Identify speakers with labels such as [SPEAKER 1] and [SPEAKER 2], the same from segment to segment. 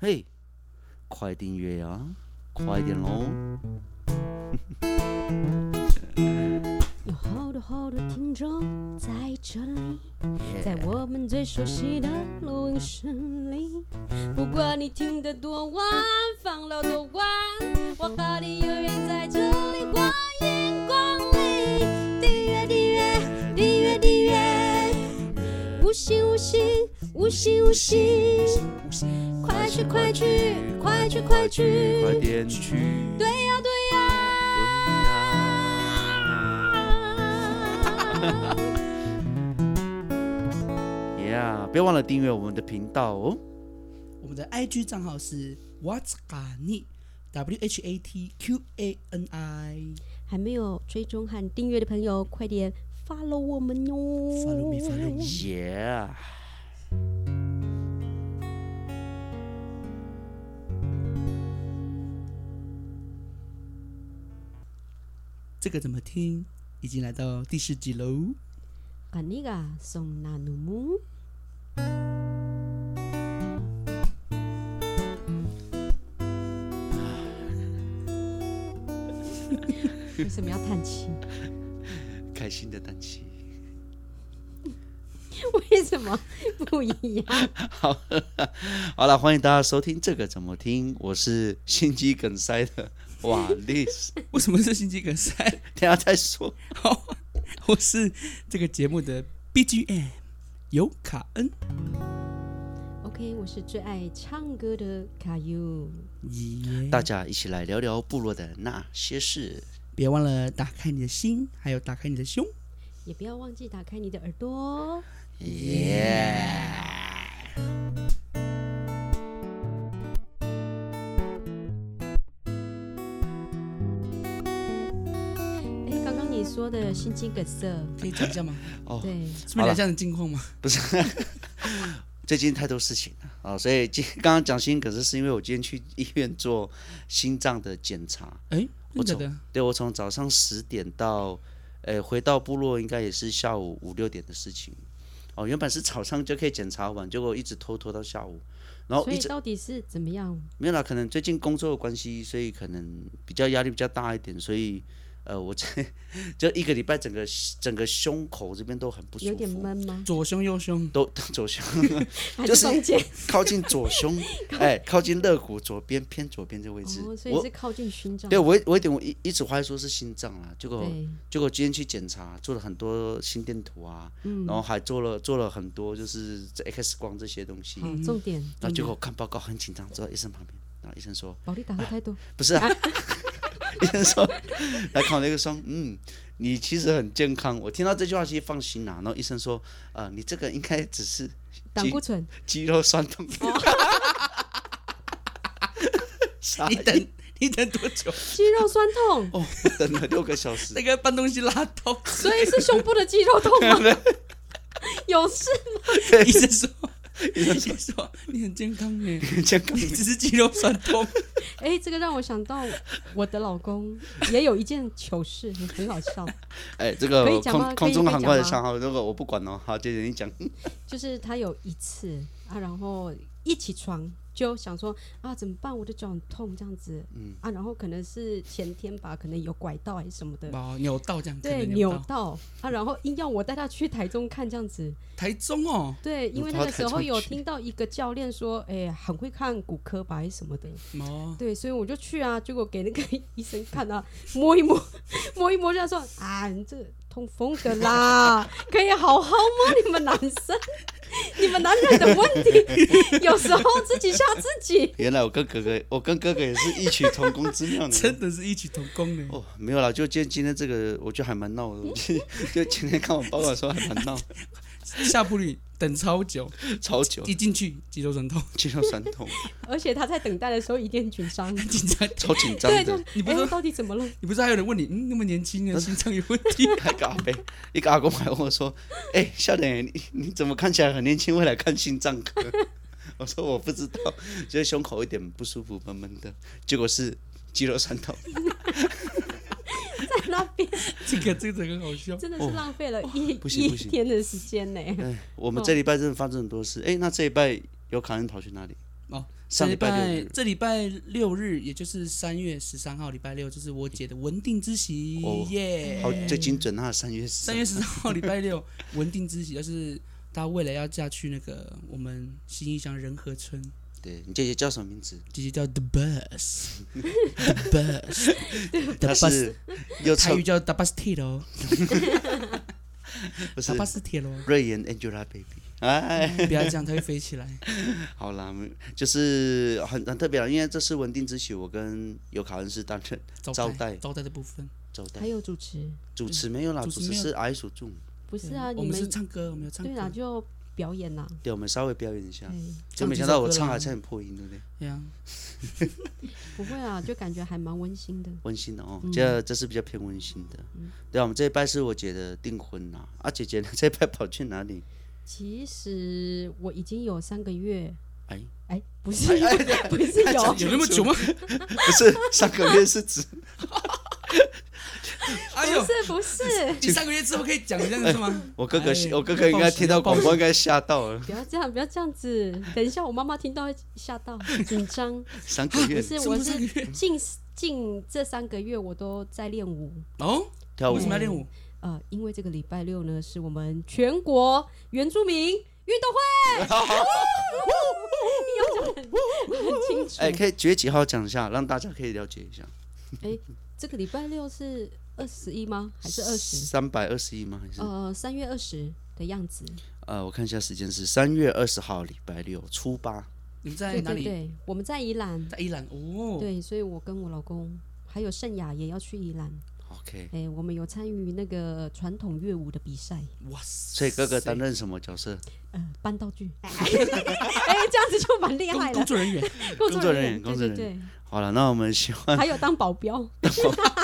[SPEAKER 1] 嘿，快订阅啊，快点喽！
[SPEAKER 2] 有好多好多听众在这里，在
[SPEAKER 1] Yeah
[SPEAKER 2] 我们最熟悉的录音室里，不管你听得多晚，放了多晚，我和你永远在这里，欢迎光临。订阅订阅订阅订阅，五星五星五星五星，快去快去快去快去，
[SPEAKER 1] 快点去！
[SPEAKER 2] 对呀、对呀、
[SPEAKER 1] 对呀 Yeah，别忘了订阅我们的频道哦。
[SPEAKER 3] 我们的 IG 账号是 What's Gani W H A T Q A N I。
[SPEAKER 2] 还没有追踪和订阅的朋友，快点 follow 我们哟
[SPEAKER 3] Follow me, follow me.
[SPEAKER 1] Yeah，
[SPEAKER 3] 这个怎么听？已经来到第四集喽。
[SPEAKER 2] 嘎尼嘎送那努姆，为什么要叹气？
[SPEAKER 1] 开心的叹气。
[SPEAKER 2] 为什么不一样？
[SPEAKER 1] 好，好了，欢迎大家收听这个怎么听，我是心肌梗塞的瓦力 斯，
[SPEAKER 3] 为什么是心肌梗塞？
[SPEAKER 1] 等一下再说。
[SPEAKER 3] 好，我是这个节目的 BGM 尤卡恩。
[SPEAKER 2] OK，我是最爱唱歌的卡尤，
[SPEAKER 3] 耶！
[SPEAKER 1] 大家一起来聊聊部落的那些事。
[SPEAKER 3] 别忘了打开你的心，还有打开你的胸。
[SPEAKER 2] 也不要忘记打开你的耳朵哦。哎，刚刚你说的心肌梗塞，
[SPEAKER 3] 可以讲一下 吗？
[SPEAKER 1] 哦，
[SPEAKER 2] 对，
[SPEAKER 3] 是不是讲一下你的近况吗？
[SPEAKER 1] 最近太多事情了啊、所以今刚刚讲心梗塞是因为我今天去医院做心脏的检查，
[SPEAKER 3] 哎，
[SPEAKER 1] 我
[SPEAKER 3] 真的
[SPEAKER 1] 从
[SPEAKER 3] 假的，
[SPEAKER 1] 对我从早上十点到，呃，回到部落应该也是下午五六点的事情。哦，原本是早上就可以检查完，结果一直拖拖到下午，然后
[SPEAKER 2] 所
[SPEAKER 1] 哦一
[SPEAKER 2] 以
[SPEAKER 1] 直
[SPEAKER 2] 到底是怎么样？
[SPEAKER 1] 没有啦，可能最近工作的关系，所以可能比较压力比较大一点，所以呃，我这 就一个礼拜整个整个胸口这边都很不舒服，
[SPEAKER 2] 有点闷吗？
[SPEAKER 3] 左胸 右胸，
[SPEAKER 1] 都左胸
[SPEAKER 2] 还
[SPEAKER 1] 就是
[SPEAKER 2] 是中间？
[SPEAKER 1] 靠近左 胸，哎，靠近肋骨左边偏左边这位置，
[SPEAKER 2] 哦，所以
[SPEAKER 1] 我
[SPEAKER 2] 是靠近心脏。
[SPEAKER 1] 对我一我一点我一一直怀疑说是心脏啦，结果
[SPEAKER 2] 对
[SPEAKER 1] 结果今天去检查，做了很多心电图啊，
[SPEAKER 2] 嗯
[SPEAKER 1] 然后还做了做了很多就是这 X 光这些东西，
[SPEAKER 2] 好重点，
[SPEAKER 1] 然后结果看报告很紧张，坐在医生旁边，然后医生说。
[SPEAKER 2] 保利达 喝太多，
[SPEAKER 1] 不 是啊，医生说来看我那个说，嗯，你其实很健康。我听到这句话其实放心啦、然后医生说，呃，你这个应该只是
[SPEAKER 2] 胆固醇。
[SPEAKER 1] 肌肉酸痛。
[SPEAKER 2] 哦
[SPEAKER 1] 傻
[SPEAKER 2] 啊
[SPEAKER 3] 你
[SPEAKER 1] 眼
[SPEAKER 3] 等你等多久？
[SPEAKER 2] 肌肉酸 痛，
[SPEAKER 1] 哦，等了六个小时
[SPEAKER 3] 那，个搬东西拉到，
[SPEAKER 2] 所以是胸部的肌肉痛 吗？ 有事吗？
[SPEAKER 3] 医生说，医生说你很健康哎，
[SPEAKER 1] 健康
[SPEAKER 3] 你。只是肌肉酸痛。
[SPEAKER 2] 哎、这个让我想到我的老公也有一件糗事，很好笑，
[SPEAKER 1] 哎，这
[SPEAKER 2] 可
[SPEAKER 1] 个
[SPEAKER 2] 以讲吗
[SPEAKER 1] 空空中
[SPEAKER 2] 可以
[SPEAKER 1] 航管的
[SPEAKER 2] 可以讲
[SPEAKER 1] 账号，这个我不管哦。好，接着你讲。
[SPEAKER 2] 就是他有一次啊，然后一起床就想说啊，怎么办？我的脚很痛这样子，嗯啊，然后可能是前天吧，可能有拐到还是什么的，
[SPEAKER 3] 哇，扭到这样，可
[SPEAKER 2] 对，
[SPEAKER 3] 能
[SPEAKER 2] 扭
[SPEAKER 3] 到
[SPEAKER 2] 到啊，然后硬要我带他去台中看这样子，
[SPEAKER 3] 台中哦，
[SPEAKER 2] 对，因为
[SPEAKER 1] 他
[SPEAKER 2] 那个
[SPEAKER 1] 台
[SPEAKER 2] 时候
[SPEAKER 1] 中
[SPEAKER 2] 有
[SPEAKER 1] 去
[SPEAKER 2] 听到一个教练说，哎、很会看骨科吧，还是什么的，
[SPEAKER 3] 哦，
[SPEAKER 2] 对，所以我就去啊，结果给那个 医生看啊，摸一摸， 摸一摸，就说啊，你这个痛风的啦，可以好好吗？你们男生， 你们男人的问题，有时候自己吓自己。
[SPEAKER 1] 原来我跟哥哥，我跟哥哥也是异曲同工之妙呢。
[SPEAKER 3] 真的是异曲同工呢。
[SPEAKER 1] 哦，没有啦，就今今天这个，我觉得还蛮闹的。 我就就今天看我报告的时候还蛮闹，
[SPEAKER 3] 下步里等超久，
[SPEAKER 1] 超久，
[SPEAKER 3] 一进去肌肉酸痛，
[SPEAKER 1] 肌肉酸痛，
[SPEAKER 2] 而且他在等待的时候一定很紧张，
[SPEAKER 3] 紧张。
[SPEAKER 1] 超紧张
[SPEAKER 2] 对，就
[SPEAKER 1] 的。
[SPEAKER 3] 你不
[SPEAKER 2] 哎
[SPEAKER 3] 是
[SPEAKER 2] 到底怎么了？
[SPEAKER 3] 你不是还有人问你，嗯，那么年轻的心脏有问题？
[SPEAKER 1] 一个阿伯，一个阿公还问我说：“哎、笑脸，你你怎么看起来很年轻？会来看心脏科？” 我说：“我不知道，就是胸口一点不舒服，闷闷的。”结果是肌肉酸痛。
[SPEAKER 2] 在那边
[SPEAKER 3] 这个这个很好笑。
[SPEAKER 2] 真的是浪费了
[SPEAKER 3] 哦
[SPEAKER 2] 一、
[SPEAKER 1] 不行
[SPEAKER 2] 一
[SPEAKER 1] 不行
[SPEAKER 2] 天的时间呢、
[SPEAKER 1] 哎，我们这礼拜真的发生很多事。哎、那这礼拜有卡恩跑去哪里？
[SPEAKER 3] 哦，
[SPEAKER 1] 上
[SPEAKER 3] 这
[SPEAKER 1] 礼
[SPEAKER 3] 礼
[SPEAKER 1] 拜六
[SPEAKER 3] 拜
[SPEAKER 1] 日
[SPEAKER 3] 这礼拜六日，也就是三月十三号，礼拜六就是我姐的文定之喜
[SPEAKER 1] 哦
[SPEAKER 3] 耶。
[SPEAKER 1] 好最精准啊，三月十
[SPEAKER 3] 哎三月十三号 礼拜六文定之喜，就是她未来要嫁去那个我们新义乡仁和村，
[SPEAKER 1] 对你姐姐叫什么名字？
[SPEAKER 3] 姐姐叫 The Bus，The Bus，The
[SPEAKER 1] 她
[SPEAKER 3] Bus，
[SPEAKER 1] 是又
[SPEAKER 3] 台
[SPEAKER 1] 臭
[SPEAKER 3] 语叫 The Bus 铁喽
[SPEAKER 1] 不是
[SPEAKER 3] ，The Bus 铁喽，
[SPEAKER 1] 瑞妍 Angelababy。哎，
[SPEAKER 3] 不要这样，她会飞起来。
[SPEAKER 1] 好啦，没就是很很特别了，因为这次文定之喜，我跟尤卡恩是担任招待
[SPEAKER 3] 招待的部分，
[SPEAKER 1] 招待
[SPEAKER 2] 还有主持，
[SPEAKER 1] 主持没有啦，
[SPEAKER 3] 哎主
[SPEAKER 1] 主
[SPEAKER 3] 持
[SPEAKER 1] 持
[SPEAKER 3] 没有哎
[SPEAKER 1] 是矮属重，
[SPEAKER 2] 不是啊，
[SPEAKER 3] 我
[SPEAKER 2] 你
[SPEAKER 3] 们是
[SPEAKER 2] 们
[SPEAKER 3] 唱歌，我们有唱
[SPEAKER 2] 对啦，
[SPEAKER 3] 歌，
[SPEAKER 2] 就表演啦。
[SPEAKER 1] 对，我们稍微表演一下。
[SPEAKER 2] 对，
[SPEAKER 1] 就没
[SPEAKER 3] 几
[SPEAKER 1] 想
[SPEAKER 3] 首
[SPEAKER 1] 到我
[SPEAKER 3] 歌
[SPEAKER 1] 唱
[SPEAKER 3] 啦
[SPEAKER 1] 还差点破音，对不对？
[SPEAKER 3] 对啊，
[SPEAKER 2] 不会啊，就感觉还蛮温馨的。
[SPEAKER 1] 温馨的哦，
[SPEAKER 3] 嗯
[SPEAKER 1] 这这是比较偏温馨的。对啊，我们这一拜是我姐的订婚啦。啊，姐姐呢这一拜跑去哪里？
[SPEAKER 2] 其实我已经有三个月，
[SPEAKER 1] 哎，
[SPEAKER 2] 哎，不是 不哦是有，
[SPEAKER 3] 有那么久 吗？
[SPEAKER 1] 不是上个月是 指
[SPEAKER 3] 哎
[SPEAKER 2] 不
[SPEAKER 3] 呦，
[SPEAKER 2] 是不是，
[SPEAKER 3] 你三个月之后可以讲这样子 吗？
[SPEAKER 1] 我哥哥是，
[SPEAKER 3] 哎
[SPEAKER 1] 我哥哥应该听到广播应该吓到了。
[SPEAKER 2] 不要这样，不要这样子。 等一下我妈妈听到会吓到，紧张。
[SPEAKER 1] 三个
[SPEAKER 2] 不
[SPEAKER 1] 月
[SPEAKER 2] 是，
[SPEAKER 3] 什
[SPEAKER 2] 我
[SPEAKER 3] 么三
[SPEAKER 2] 是
[SPEAKER 3] 个月
[SPEAKER 2] 近近这三个月我都在练舞。
[SPEAKER 3] 哦，
[SPEAKER 1] 跳舞
[SPEAKER 3] 为什，么要练舞？
[SPEAKER 2] 呃，因为这个礼拜六呢是我们全国原住民运动会，要讲得很很清楚。
[SPEAKER 1] 哎，可以几月几号讲一下，让大家可以了解一下。
[SPEAKER 2] 哎，这个礼拜六是二十一吗？还是二十？
[SPEAKER 1] 三百二十一吗？还是
[SPEAKER 2] 呃，三月二十的样子。
[SPEAKER 1] 呃，我看一下时间是三月二十号，礼拜六，初八。
[SPEAKER 3] 你们在
[SPEAKER 2] 对
[SPEAKER 3] 哪
[SPEAKER 2] 对
[SPEAKER 3] 里？
[SPEAKER 2] 对，我们在宜兰。
[SPEAKER 3] 在伊朗哦，
[SPEAKER 2] 对，所以我跟我老公还有圣雅也要去宜兰。
[SPEAKER 1] OK，
[SPEAKER 2] 哎，我们有参与那个传统乐舞的比赛，
[SPEAKER 3] 哇塞！
[SPEAKER 1] 所以哥哥担任什么角色？
[SPEAKER 2] 呃，搬道具。哎，这样子就蛮厉害
[SPEAKER 3] 工
[SPEAKER 2] 了
[SPEAKER 3] 工。作人员
[SPEAKER 1] 工作人员
[SPEAKER 2] 对
[SPEAKER 1] 工作
[SPEAKER 2] 对
[SPEAKER 1] 人
[SPEAKER 2] 对
[SPEAKER 1] 员，好了，那我们希望。
[SPEAKER 2] 还有当保镖。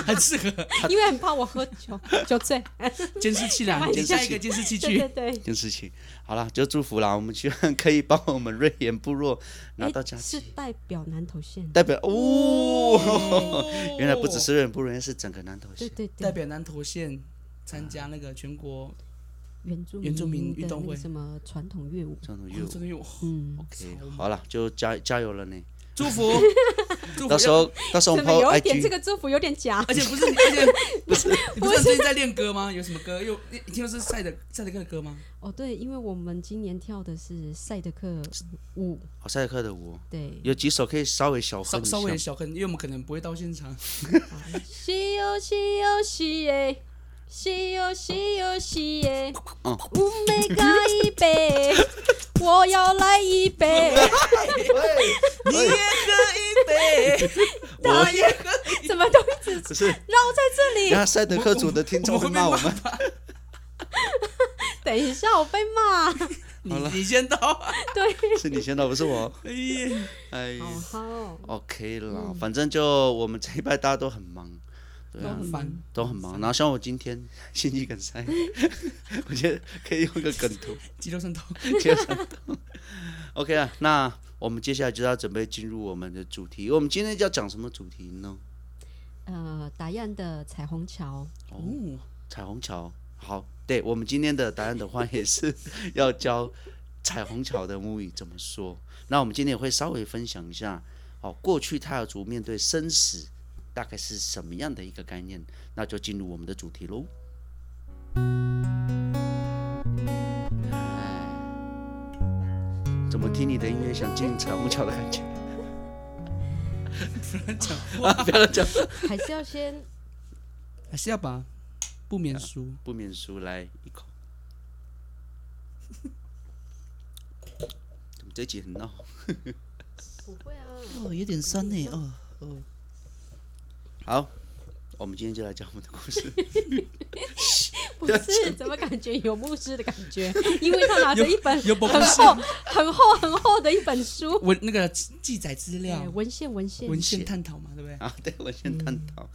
[SPEAKER 3] 很适合
[SPEAKER 2] 因为很怕我喝酒酒醉。
[SPEAKER 3] 监视器 啦，
[SPEAKER 2] 监视器
[SPEAKER 3] 下一个监视器
[SPEAKER 2] 对对
[SPEAKER 3] 去。
[SPEAKER 2] 对，
[SPEAKER 1] 件事情。好了，就祝福啦，我们希望可以帮我们瑞妍部落拿到佳
[SPEAKER 2] 诶哎是
[SPEAKER 1] 绩，
[SPEAKER 2] 代表南投县。
[SPEAKER 1] 代表哦，
[SPEAKER 3] 哦
[SPEAKER 1] 原来不只是瑞妍部落，原来是整个南投
[SPEAKER 2] 对
[SPEAKER 1] 县。
[SPEAKER 2] 对
[SPEAKER 3] 代
[SPEAKER 2] 对，
[SPEAKER 3] 表南投县参加那个全国
[SPEAKER 2] 原住
[SPEAKER 3] 原住民
[SPEAKER 2] 民的
[SPEAKER 3] 运动
[SPEAKER 2] 那个
[SPEAKER 3] 会
[SPEAKER 2] 什么传统乐舞，
[SPEAKER 1] 传统乐
[SPEAKER 3] 哦真
[SPEAKER 1] 舞
[SPEAKER 3] 的有
[SPEAKER 2] 嗯，
[SPEAKER 1] ，OK，好了，就加加油了呢。
[SPEAKER 3] 祝福， 祝福。
[SPEAKER 1] 到时候到时候我们
[SPEAKER 2] 怎么有
[SPEAKER 1] PO
[SPEAKER 2] 一点这
[SPEAKER 1] IG，
[SPEAKER 2] 个祝福有点假？
[SPEAKER 3] 而且不是你，而且 不是，你不是最近在练歌吗？有什么歌？又你你听说是赛德赛德克的歌吗？
[SPEAKER 2] 哦，对，因为我们今年跳的是赛德克舞，
[SPEAKER 1] 好赛克的舞，
[SPEAKER 2] 对。
[SPEAKER 1] 有几首可以稍微小哼
[SPEAKER 3] 稍
[SPEAKER 1] 一
[SPEAKER 3] 稍 微
[SPEAKER 1] 下。
[SPEAKER 3] 小哼，因为我们可能不会到 现场。
[SPEAKER 2] 西哟西哟西耶，西哟西哟西耶，
[SPEAKER 1] 嗯
[SPEAKER 2] 我每干一杯， 我要来一杯。
[SPEAKER 3] 你
[SPEAKER 1] 哎
[SPEAKER 3] 也喝一杯， 我也喝一
[SPEAKER 2] 怎么都一直
[SPEAKER 1] 不是，
[SPEAKER 2] 绕在这里？
[SPEAKER 1] 然 后赛德克组的听众会骂我们。
[SPEAKER 2] 等一下我被骂。
[SPEAKER 3] 你你先 到。
[SPEAKER 2] 对，
[SPEAKER 1] 是你先到，不是我。
[SPEAKER 3] 哎呀，
[SPEAKER 1] 哎
[SPEAKER 2] 好好哦。
[SPEAKER 1] ，OK 啦，反正就我们这一拜大家都很忙，对
[SPEAKER 3] 都
[SPEAKER 1] 啊
[SPEAKER 3] 很，烦。
[SPEAKER 1] 都很忙。然后像我今天 心肌梗塞，我觉得可以用一个梗图
[SPEAKER 3] 肌肉酸痛。
[SPEAKER 1] 接上到。OK 啊，那我们接下来就要准备进入我们的主题。我们今天要讲什么主题呢？
[SPEAKER 2] 呃，打样的彩虹桥，
[SPEAKER 1] 哦，
[SPEAKER 3] 哦，
[SPEAKER 1] 彩虹桥。好，对我们今天的答案的话，也是要教彩虹桥的母语怎么说。那我们今天也会稍微分享一下，哦，过去泰雅族面对生死大概是什么样的一个概念？那就进入我们的主题喽。哎怎么听你的音乐想进彩虹桥的感觉？ 不要讲话，不要乱讲，
[SPEAKER 2] 还是要先
[SPEAKER 3] 还是要把不免俗。
[SPEAKER 1] 不免俗来一口。怎么这集很闹？
[SPEAKER 2] 不会啊，
[SPEAKER 3] 哦，有点酸
[SPEAKER 1] 哎
[SPEAKER 3] 呢。哦哦，
[SPEAKER 1] 好，我们今天就来讲我们的故事。
[SPEAKER 2] 不
[SPEAKER 3] 哦
[SPEAKER 2] 是，怎么感觉有牧师的感觉？因为他拿着一本
[SPEAKER 3] 有有
[SPEAKER 2] 很
[SPEAKER 3] 牧师
[SPEAKER 2] 厚、很厚、很厚的一本书，
[SPEAKER 3] 文那个记载资料
[SPEAKER 2] 哎，文献文献，
[SPEAKER 3] 文献探讨嘛，对不对？
[SPEAKER 1] 啊，对，我先探讨。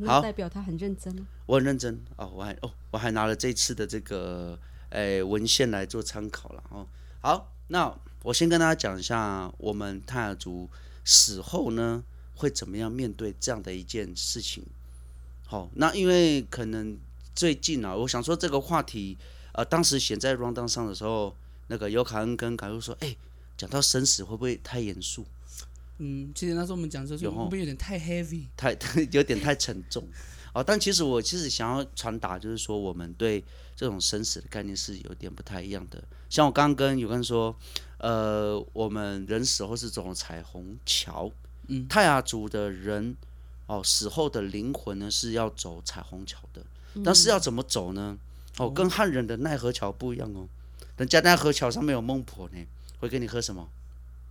[SPEAKER 2] 那
[SPEAKER 1] 好
[SPEAKER 2] 代表他很认真。
[SPEAKER 1] 我很认真哦，我还哦，我还拿了这次的这个诶文献来做参考了哦。好，那我先跟大家讲一下，我们泰雅族死后呢会怎么样面对这样的一件事情。好，那因为可能最近啊，我想说这个话题，呃，当时写在 round down 上的时候，那个尤卡恩跟卡路说，哎、讲到生死会不会太严肃？
[SPEAKER 3] 嗯，其实那时候我们讲说，
[SPEAKER 1] 有哦
[SPEAKER 3] 就会不会有点太 heavy？
[SPEAKER 1] 太 有点太沉重哦。但其实我其实想要传达，就是说我们对这种生死的概念是有点不太一样的。像我刚刚跟有跟说，呃，我们人死后是走彩虹桥，
[SPEAKER 3] 嗯
[SPEAKER 1] 泰雅族的人哦，死后的灵魂呢是要走彩虹桥的，
[SPEAKER 3] 嗯
[SPEAKER 1] 但是要怎么走呢？哦，跟汉人的奈何桥不一样哦，人家奈何桥上面有孟婆呢，会给你喝什么？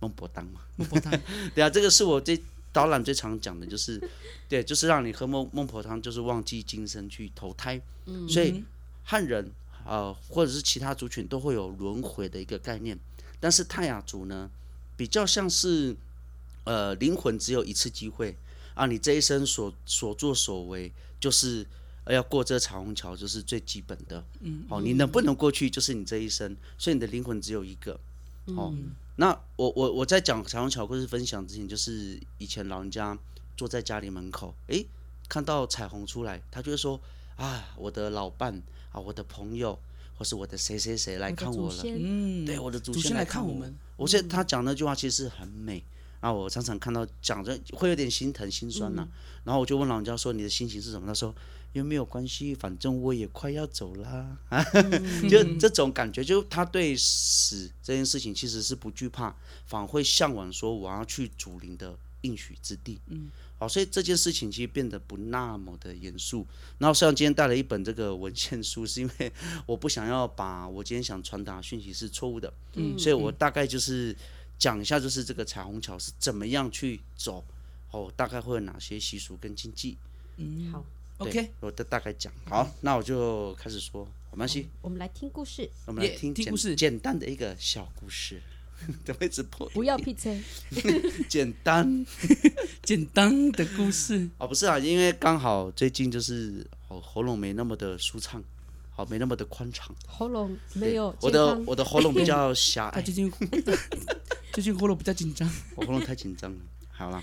[SPEAKER 1] 孟婆汤嘛。
[SPEAKER 3] 孟婆汤，
[SPEAKER 1] 对啊，这个是我最导览最常讲的，就是对，就是让你喝孟孟婆汤，就是忘记今生去投胎。
[SPEAKER 3] 嗯
[SPEAKER 1] 所以汉人啊、呃或者是其他族群都会有轮回的一个概念，但是泰雅族呢，比较像是呃灵魂只有一次机会啊，你这一生所所作所为就是。呃要过这彩虹桥就是最基本的，嗯，哦，你能不能过去就是你这一生，所以你的灵魂只有一个，哦，那我我我在讲彩虹桥故事分享之前，就是以前老人家坐在家里门口，诶，看到彩虹出来，他就会说啊，我的老伴啊，我的朋友，或是我的谁谁谁来看我了，
[SPEAKER 3] 嗯，
[SPEAKER 1] 对，我的祖
[SPEAKER 3] 祖先
[SPEAKER 1] 来
[SPEAKER 3] 来
[SPEAKER 1] 看
[SPEAKER 3] 看我
[SPEAKER 1] 我嗯
[SPEAKER 3] 们。
[SPEAKER 1] 我觉得他讲那句话其实很美啊，我常常看到讲着会有点心疼心酸呐、然后我就问老人家说你的心情是什么？他说又没有关系，反正我也快要走啦。 啊，就这种感觉，就他对死这件事情其实是不惧怕，反而会向往说我要去祖灵的应许之地。嗯。好，所以这件事情其实变得不那么的严肃。然后，虽然今天带了一本这个文献书，是因为我不想要把我今天想传达的讯息是错误的，
[SPEAKER 2] 嗯
[SPEAKER 1] 所以我大概就是讲一下，就是这个彩虹桥是怎么样去走，哦，大概会有哪些习俗跟禁忌。
[SPEAKER 2] 好，
[SPEAKER 1] 对
[SPEAKER 3] OK，
[SPEAKER 1] 我大大概讲。好，那我就开始说，没关系，
[SPEAKER 2] 我们来听故事，
[SPEAKER 1] 我们来
[SPEAKER 3] Yeah，
[SPEAKER 1] 听
[SPEAKER 3] 听
[SPEAKER 1] 简
[SPEAKER 3] 故事
[SPEAKER 1] 简单的一个小故事。 怎么一直破？
[SPEAKER 2] 不要 PK，
[SPEAKER 1] 简单
[SPEAKER 3] 简单的故事，
[SPEAKER 1] 哦，不是啊，因为刚好最近就是哦喉咙没那么的舒畅，好、没那么的宽敞。
[SPEAKER 2] 喉咙
[SPEAKER 1] 对
[SPEAKER 2] 没有
[SPEAKER 1] 我
[SPEAKER 2] 哦健
[SPEAKER 1] 的
[SPEAKER 2] 康，
[SPEAKER 1] 我的喉咙比较狭
[SPEAKER 3] 他
[SPEAKER 1] 隘，
[SPEAKER 3] 最近 最近喉咙比较紧张，
[SPEAKER 1] 我喉咙太紧张了。好了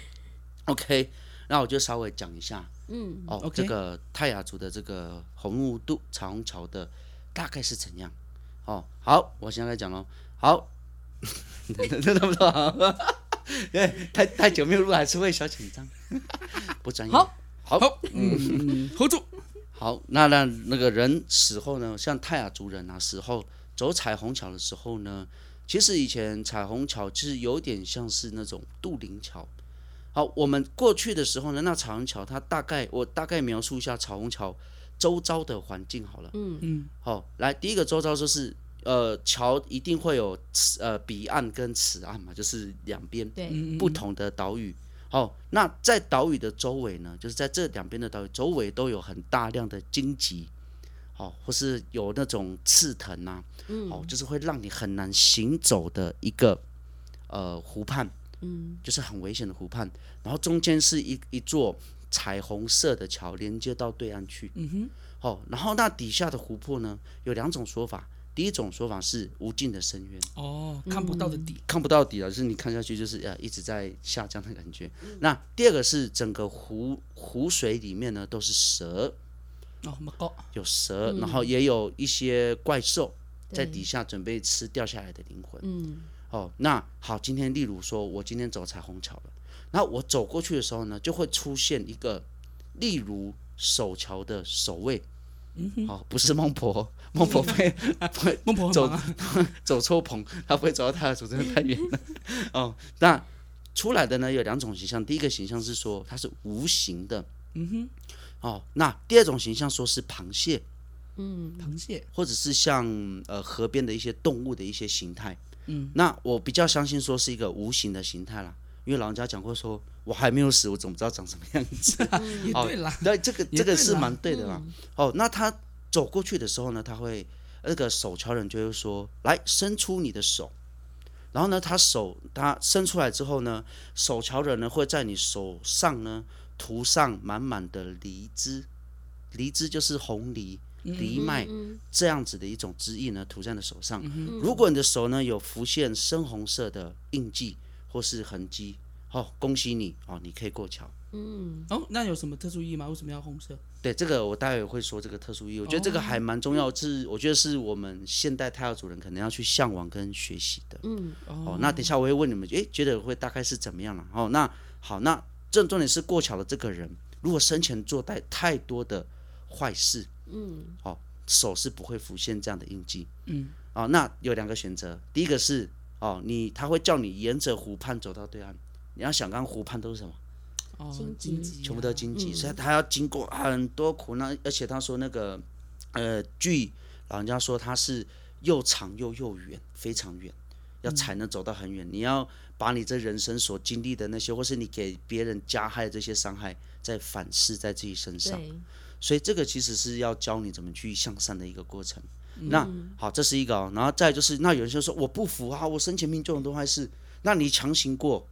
[SPEAKER 1] ，OK，那我就稍微讲一下
[SPEAKER 2] 嗯
[SPEAKER 1] 哦
[SPEAKER 3] OK
[SPEAKER 1] 这个泰雅族的这个红雾渡彩虹桥的大概是怎样。哦，好，我现在讲喽。好，真的不错，对，太太久没有录，还是会小紧张，不专业。
[SPEAKER 2] 好，
[SPEAKER 1] 好，
[SPEAKER 3] 好，嗯，hold 住，
[SPEAKER 1] 好，那那那个人死后呢，像泰雅族人啊，死后走彩虹桥的时候呢，其实以前彩虹桥其实有点像是那种渡灵桥。好，我们过去的时候呢，那彩虹桥它大概我大概描述一下彩虹桥周遭的环境好了。
[SPEAKER 2] 嗯
[SPEAKER 3] 嗯，
[SPEAKER 1] 好，来第一个周遭就是呃桥一定会有此呃彼岸跟此岸嘛，就是两边。
[SPEAKER 2] 对，
[SPEAKER 1] 不同的岛屿。好、那在岛屿的周围呢，就是在这两边的岛屿周围都有很大量的荆棘，好、或是有那种刺藤啊，
[SPEAKER 2] 嗯
[SPEAKER 1] 哦，就是会让你很难行走的一个呃湖畔，
[SPEAKER 2] 嗯
[SPEAKER 1] 就是很危险的湖畔。然后中间是一一座彩虹色的桥，连接到对岸去。
[SPEAKER 3] 嗯哼，
[SPEAKER 1] 哦，然后那底下的湖泊呢，有两种说法。第一种说法是无尽的深渊，
[SPEAKER 3] 哦，看不到的底，
[SPEAKER 1] 看不到底了，啊就是你看下去就是呃一直在下降的感觉。那第二个是整个湖湖水里面呢都是蛇，嗯
[SPEAKER 3] 哦，没搞，
[SPEAKER 1] 有蛇，
[SPEAKER 2] 嗯
[SPEAKER 1] 然后也有一些怪兽在
[SPEAKER 2] 对
[SPEAKER 1] 底下准备吃掉下来的灵魂。
[SPEAKER 2] 嗯
[SPEAKER 1] 哦，那好，今天例如说我今天走彩虹桥了，然后我走过去的时候呢，就会出现一个例如守桥的守卫。
[SPEAKER 2] 嗯
[SPEAKER 1] 哦，不是孟婆， 孟 婆被被
[SPEAKER 3] 孟婆很
[SPEAKER 1] 走
[SPEAKER 3] 忙啊，
[SPEAKER 1] 走错棚，他不会走到他的主真的太远 了。哦，那出来的呢有两种形象，第一个形象是说它是无形的，
[SPEAKER 3] 嗯
[SPEAKER 1] 哦，那第二种形象说是螃蟹，
[SPEAKER 2] 嗯
[SPEAKER 3] 哼，螃蟹，
[SPEAKER 1] 或者是像呃河边的一些动物的一些形态。
[SPEAKER 3] 嗯，
[SPEAKER 1] 那我比较相信说是一个无形的形态啦，因为老人家讲过说，我还没有死，我怎么知道长什么样子？
[SPEAKER 3] 也
[SPEAKER 1] 哦
[SPEAKER 3] 对啦，
[SPEAKER 1] 对，这个
[SPEAKER 3] 也
[SPEAKER 1] 这个
[SPEAKER 3] 对
[SPEAKER 1] 是
[SPEAKER 3] 啦嗯
[SPEAKER 1] 蛮对的啦。哦，那他走过去的时候呢，他会那个手敲人就会说：“来，伸出你的手。”然后呢，他手他伸出来之后呢，手敲人呢会在你手上呢涂上满满的梨汁，梨汁就是红梨、梨麦
[SPEAKER 2] 嗯
[SPEAKER 1] 这样子的一种汁液呢，涂在你的手上。
[SPEAKER 2] 嗯
[SPEAKER 1] 如果你的手呢有浮现深红色的印记或是痕迹，哦，恭喜你哦，你可以过桥。
[SPEAKER 2] 嗯，
[SPEAKER 3] 哦，那有什么特殊意义吗？为什么要红色？
[SPEAKER 1] 对，这个我待会会说这个特殊意义，我觉得这个还蛮重要，是我觉得是我们现代泰雅族人可能要去向往跟学习的。
[SPEAKER 2] 嗯，
[SPEAKER 1] 哦，那等一下我会问你们，诶，觉得会大概是怎么样了、哦，那好，那正重点是过桥的这个人，如果生前做太太多的坏事，嗯，哦，手是不会浮现这样的印记。
[SPEAKER 3] 嗯，
[SPEAKER 1] 哦，那有两个选择，第一个是哦，你他会叫你沿着湖畔走到对岸，你要想刚湖畔都是什么？
[SPEAKER 3] 哦
[SPEAKER 2] 荆棘
[SPEAKER 3] 荆棘啊
[SPEAKER 1] 全部都荆棘，
[SPEAKER 2] 嗯
[SPEAKER 1] 所以他要经过很多苦难，而且他说那个呃，据老人家说他是又长又又远，非常远，要才能走到很远。你要把你这人生所经历的那些，或是你给别人加害的这些伤害，再反噬在自己身上。
[SPEAKER 2] 对，
[SPEAKER 1] 所以这个其实是要教你怎么去向善的一个过程。那好，这是一个、哦，然后再就是，那有人就说我不服啊，我生前命中很多坏事，那你强行过，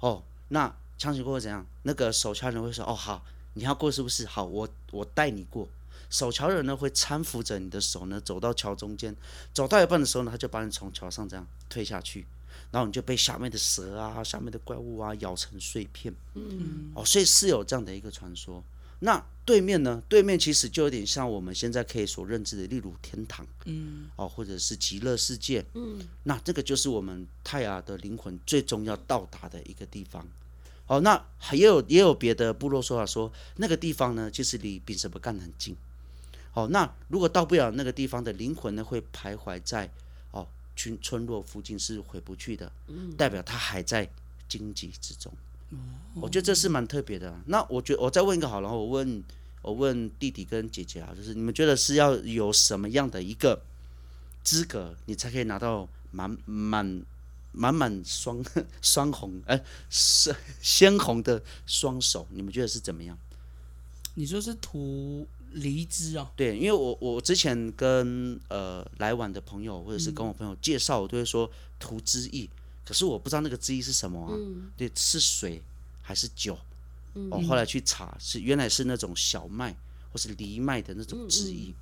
[SPEAKER 1] 哦，那强行过会怎样？那个手桥人会说，哦好，你要过是不是？好，我我带你过。手桥人呢会搀扶着你的手呢走到桥中间，走到一半的时候呢，他就把你从桥上这样推下去，然后你就被下面的蛇啊、下面的怪物啊咬成碎片。
[SPEAKER 2] 嗯，
[SPEAKER 1] 哦，所以是有这样的一个传说。那对面呢？对面其实就有点像我们现在可以所认知的，例如天堂，嗯，哦，或者是极乐世界，嗯，那这个就是我们泰雅的灵魂最终要到达的一个地方。哦，那还也有也有别的部落说法说，那个地方呢，其实离比什么干很近。哦，那如果到不了那个地方的灵魂呢，会徘徊在哦村村落附近是回不去的，代表他还在荆棘之中。我觉得这是蛮特别的啊、那我觉得我再问一个好了，然后我问我问弟弟跟姐姐啊，就是你们觉得是要有什么样的一个资格，你才可以拿到满满满满双 双红哎、是鲜红的双手？你们觉得是怎么样？
[SPEAKER 3] 你说是图离枝哦，
[SPEAKER 1] 对，因为我我之前跟呃来往的朋友或者是跟我朋友介绍，我都会说图之意，可是我不知道那个之意是什么啊？对，是水还是酒？哦，后来去查是原来是那种小麦或是藜麦的那种之意，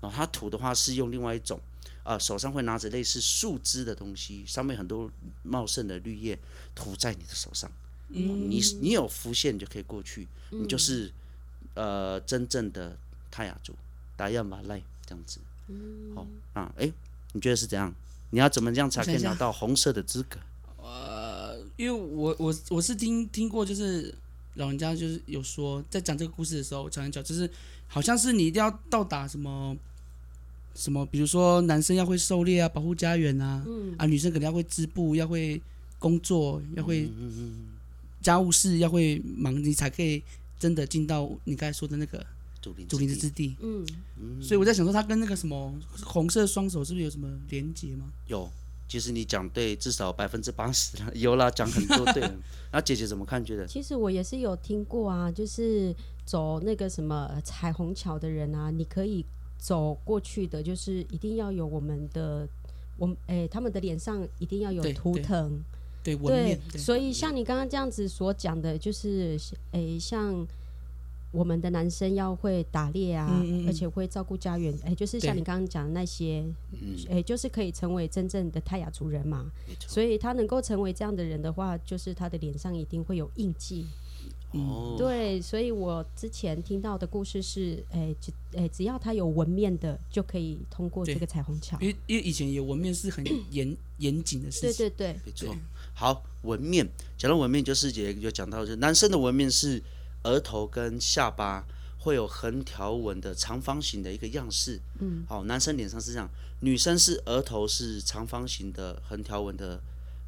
[SPEAKER 1] 然后它土的话是用另外一种，呃，手上会拿着类似树枝的东西，上面很多茂盛的绿叶涂在你的手上，你你有浮现你就可以过去，你
[SPEAKER 3] 嗯
[SPEAKER 1] 就是呃真正的泰雅族达亚马赖这样子。
[SPEAKER 3] 嗯
[SPEAKER 1] 好、啊，哎，你觉得是怎样？你要怎么样才可
[SPEAKER 3] 我
[SPEAKER 1] 以
[SPEAKER 3] 想一下
[SPEAKER 1] 拿到红色的资格？
[SPEAKER 3] 因为我我我是听听过，就是老人家就是有说，在讲这个故事的时候，讲一讲，就是好像是你一定要到达什么什么，比如说男生要会狩猎啊，保护家园啊，啊，女生可能要会织布，要会工作，要会家务事，要会忙，你才可以真的进到你刚才说的那个
[SPEAKER 1] 竹林
[SPEAKER 3] 竹林之
[SPEAKER 1] 地
[SPEAKER 3] 之地。
[SPEAKER 2] 嗯，
[SPEAKER 3] 所以我在想说，它跟那个什么红色双手是不是有什么连结吗？
[SPEAKER 1] 有，其实你讲对至少百分之八十了，有啦，讲很多 对了。那姐姐怎么看？觉得
[SPEAKER 2] 其实我也是有听过啊，就是走那个什么彩虹桥的人啊，你可以走过去的，就是一定要有我们的。我们诶、他们的脸上一定要有
[SPEAKER 3] 对
[SPEAKER 2] 图
[SPEAKER 3] 对
[SPEAKER 2] 腾，
[SPEAKER 3] 对，纹
[SPEAKER 2] 对
[SPEAKER 3] 面，，对，
[SPEAKER 2] 所以像你刚刚这样子所讲的，就是诶、像我们的男生要会打猎啊，
[SPEAKER 3] 嗯嗯嗯
[SPEAKER 2] 而且会照顾家园，诶、就是像
[SPEAKER 3] 对嗯
[SPEAKER 2] 你刚刚讲的那些，诶、就是可以成为真正的泰雅族人嘛。
[SPEAKER 1] 没错。
[SPEAKER 2] 所以他能够成为这样的人的话，就是他的脸上一定会有印记。
[SPEAKER 3] 嗯
[SPEAKER 1] 哦，
[SPEAKER 2] 对，所以我之前听到的故事是，诶、只诶、只要他有纹面的，就可以通过
[SPEAKER 3] 对
[SPEAKER 2] 这个彩虹桥。
[SPEAKER 3] 因为因为以前有纹面是很严严谨的事情
[SPEAKER 2] 嗯对。对对，
[SPEAKER 1] 没错。好，纹面，讲到纹面，就是姐姐有讲到，就是男生的纹面是额头跟下巴会有横条纹的长方形的一个样式。嗯，好，男生脸上是这样，女生是额头是长方形的横条纹的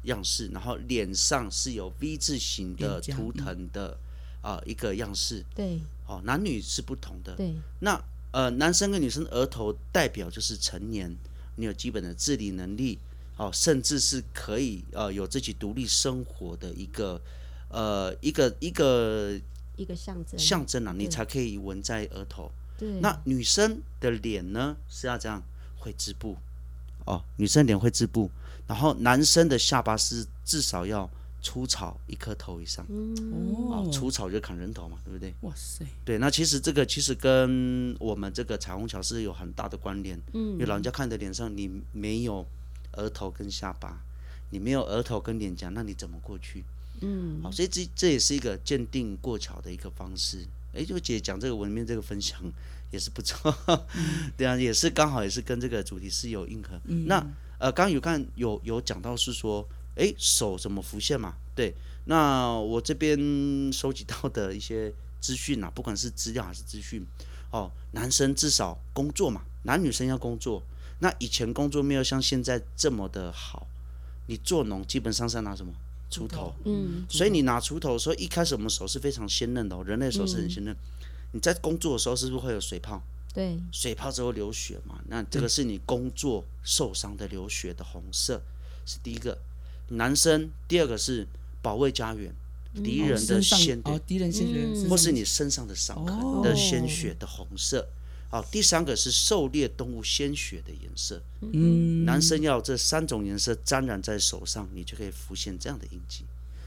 [SPEAKER 1] 样式，然后脸上是有 V 字形的
[SPEAKER 3] 脸颊
[SPEAKER 1] 图腾的啊、一个样式。
[SPEAKER 2] 对
[SPEAKER 1] 哦，男女是不同的。
[SPEAKER 2] 对，
[SPEAKER 1] 那呃，男生跟女生额头代表就是成年，你有基本的自理能力，哦，甚至是可以呃有自己独立生活的一个呃一个一个
[SPEAKER 2] 一个象征。
[SPEAKER 1] 象征啊，你
[SPEAKER 2] 对嗯
[SPEAKER 1] 才可以纹在额头。
[SPEAKER 2] 对，
[SPEAKER 1] 那女生的脸呢是要这样会织布，哦，女生脸会织布，然后男生的下巴是至少要粗草一颗头以上，
[SPEAKER 2] 嗯
[SPEAKER 1] 哦，
[SPEAKER 3] 哦
[SPEAKER 1] 除草就砍人头嘛，对不对？
[SPEAKER 3] 哇塞，
[SPEAKER 1] 对，那其实这个其实跟我们这个彩虹桥是有很大的关联，嗯，因为老人家看你的脸上你没有额头跟下巴，你没有额头跟脸颊，那你怎么过去？嗯，好，所以这这也是一个鉴定过桥的一个方式，哎，就姐讲这个文面这个分享也是不错， 对啊，也是刚好也是跟这个主题是有硬核。那呃，刚刚有看有有讲到是说，哎，手怎么浮现嘛？对，那我这边收集到的一些资讯啊，不管是资料还是资讯，哦，男生至少工作嘛，男女生要工作。那以前工作没有像现在这么的好，你做农基本上是要拿什么锄头，
[SPEAKER 2] 嗯，
[SPEAKER 1] 所以你拿锄头的时候，一开始我们手是非常鲜嫩的、哦，人类手是很鲜嫩。你在工作的时候是不是会有水泡？
[SPEAKER 2] 对，
[SPEAKER 1] 水泡之后流血嘛，那这个是你工作受伤的流血的红色，是第一个。男生第二个是保卫家园，敌
[SPEAKER 3] 哦
[SPEAKER 1] 人的
[SPEAKER 3] 身上
[SPEAKER 1] 鲜
[SPEAKER 3] 哦
[SPEAKER 1] 血，，
[SPEAKER 3] 敌人鲜血
[SPEAKER 2] 嗯，哦
[SPEAKER 3] 身
[SPEAKER 1] 或
[SPEAKER 3] 上
[SPEAKER 1] 是你身上的伤
[SPEAKER 3] 哦
[SPEAKER 1] 痕的鲜血的红色。好，第三个是狩猎动物鲜血的颜色。
[SPEAKER 3] 嗯，
[SPEAKER 1] 男生要有这三种颜色沾染在手上，你就可以浮现这样的印记。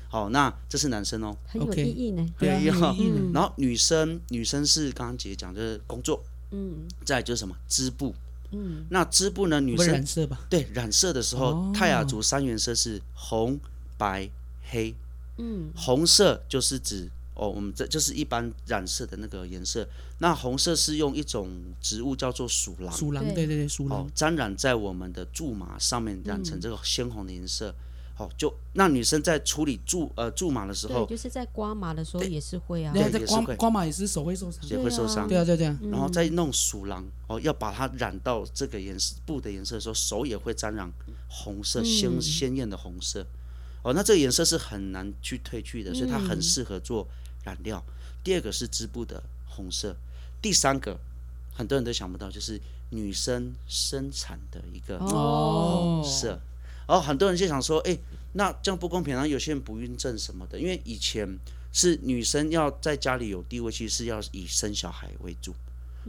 [SPEAKER 1] 好，那这是男生哦。
[SPEAKER 2] 很有
[SPEAKER 3] OK
[SPEAKER 2] 意义呢。
[SPEAKER 3] 对啊，
[SPEAKER 1] 对啊
[SPEAKER 3] 很有意义呢
[SPEAKER 1] 然后女生，女生是刚刚姐讲的工作，
[SPEAKER 2] 嗯
[SPEAKER 1] 再来就是什么织布。
[SPEAKER 2] 嗯，
[SPEAKER 1] 那织布呢，女
[SPEAKER 3] 不会
[SPEAKER 1] 生
[SPEAKER 3] 染色吧？
[SPEAKER 1] 对染色的时候，
[SPEAKER 3] 哦
[SPEAKER 1] 泰雅族三原色是红、白、黑。
[SPEAKER 2] 嗯
[SPEAKER 1] 红色就是指哦，我们这就是一般染色的那个颜色。那红色是用一种植物叫做鼠狼，
[SPEAKER 3] 鼠狼，
[SPEAKER 2] 对
[SPEAKER 3] 对对对，鼠
[SPEAKER 1] 哦
[SPEAKER 3] 狼，，嗯
[SPEAKER 1] 沾染在我们的苎麻上面，染成这个鲜红的颜色。好、就那女生在处理苎呃苎麻的时
[SPEAKER 2] 对，
[SPEAKER 1] 候
[SPEAKER 2] 就是在刮马的时候也是会啊。
[SPEAKER 3] 对啊，
[SPEAKER 1] 对
[SPEAKER 3] 在
[SPEAKER 1] 也是
[SPEAKER 3] 光
[SPEAKER 1] 会
[SPEAKER 3] 光马也是手会受伤，
[SPEAKER 1] 也会受伤。
[SPEAKER 3] 对啊对对啊，
[SPEAKER 1] 然后再
[SPEAKER 2] 嗯
[SPEAKER 1] 弄鼠狼哦，要把它染到这个颜色布的颜色的时候，手也会沾染红色，鲜
[SPEAKER 2] 嗯
[SPEAKER 1] 鲜艳的红色。哦，那这个颜色是很难去褪去的，所以它
[SPEAKER 2] 嗯
[SPEAKER 1] 很适合做染料。第二个是织布的红色，第三个很多人都想不到，就是女生生产的一个
[SPEAKER 2] 哦，
[SPEAKER 1] 色。然后很多人就想说，哎，那这样不公平。然后有些人不孕症什么的，因为以前是女生要在家里有地位，其实是要以生小孩为主。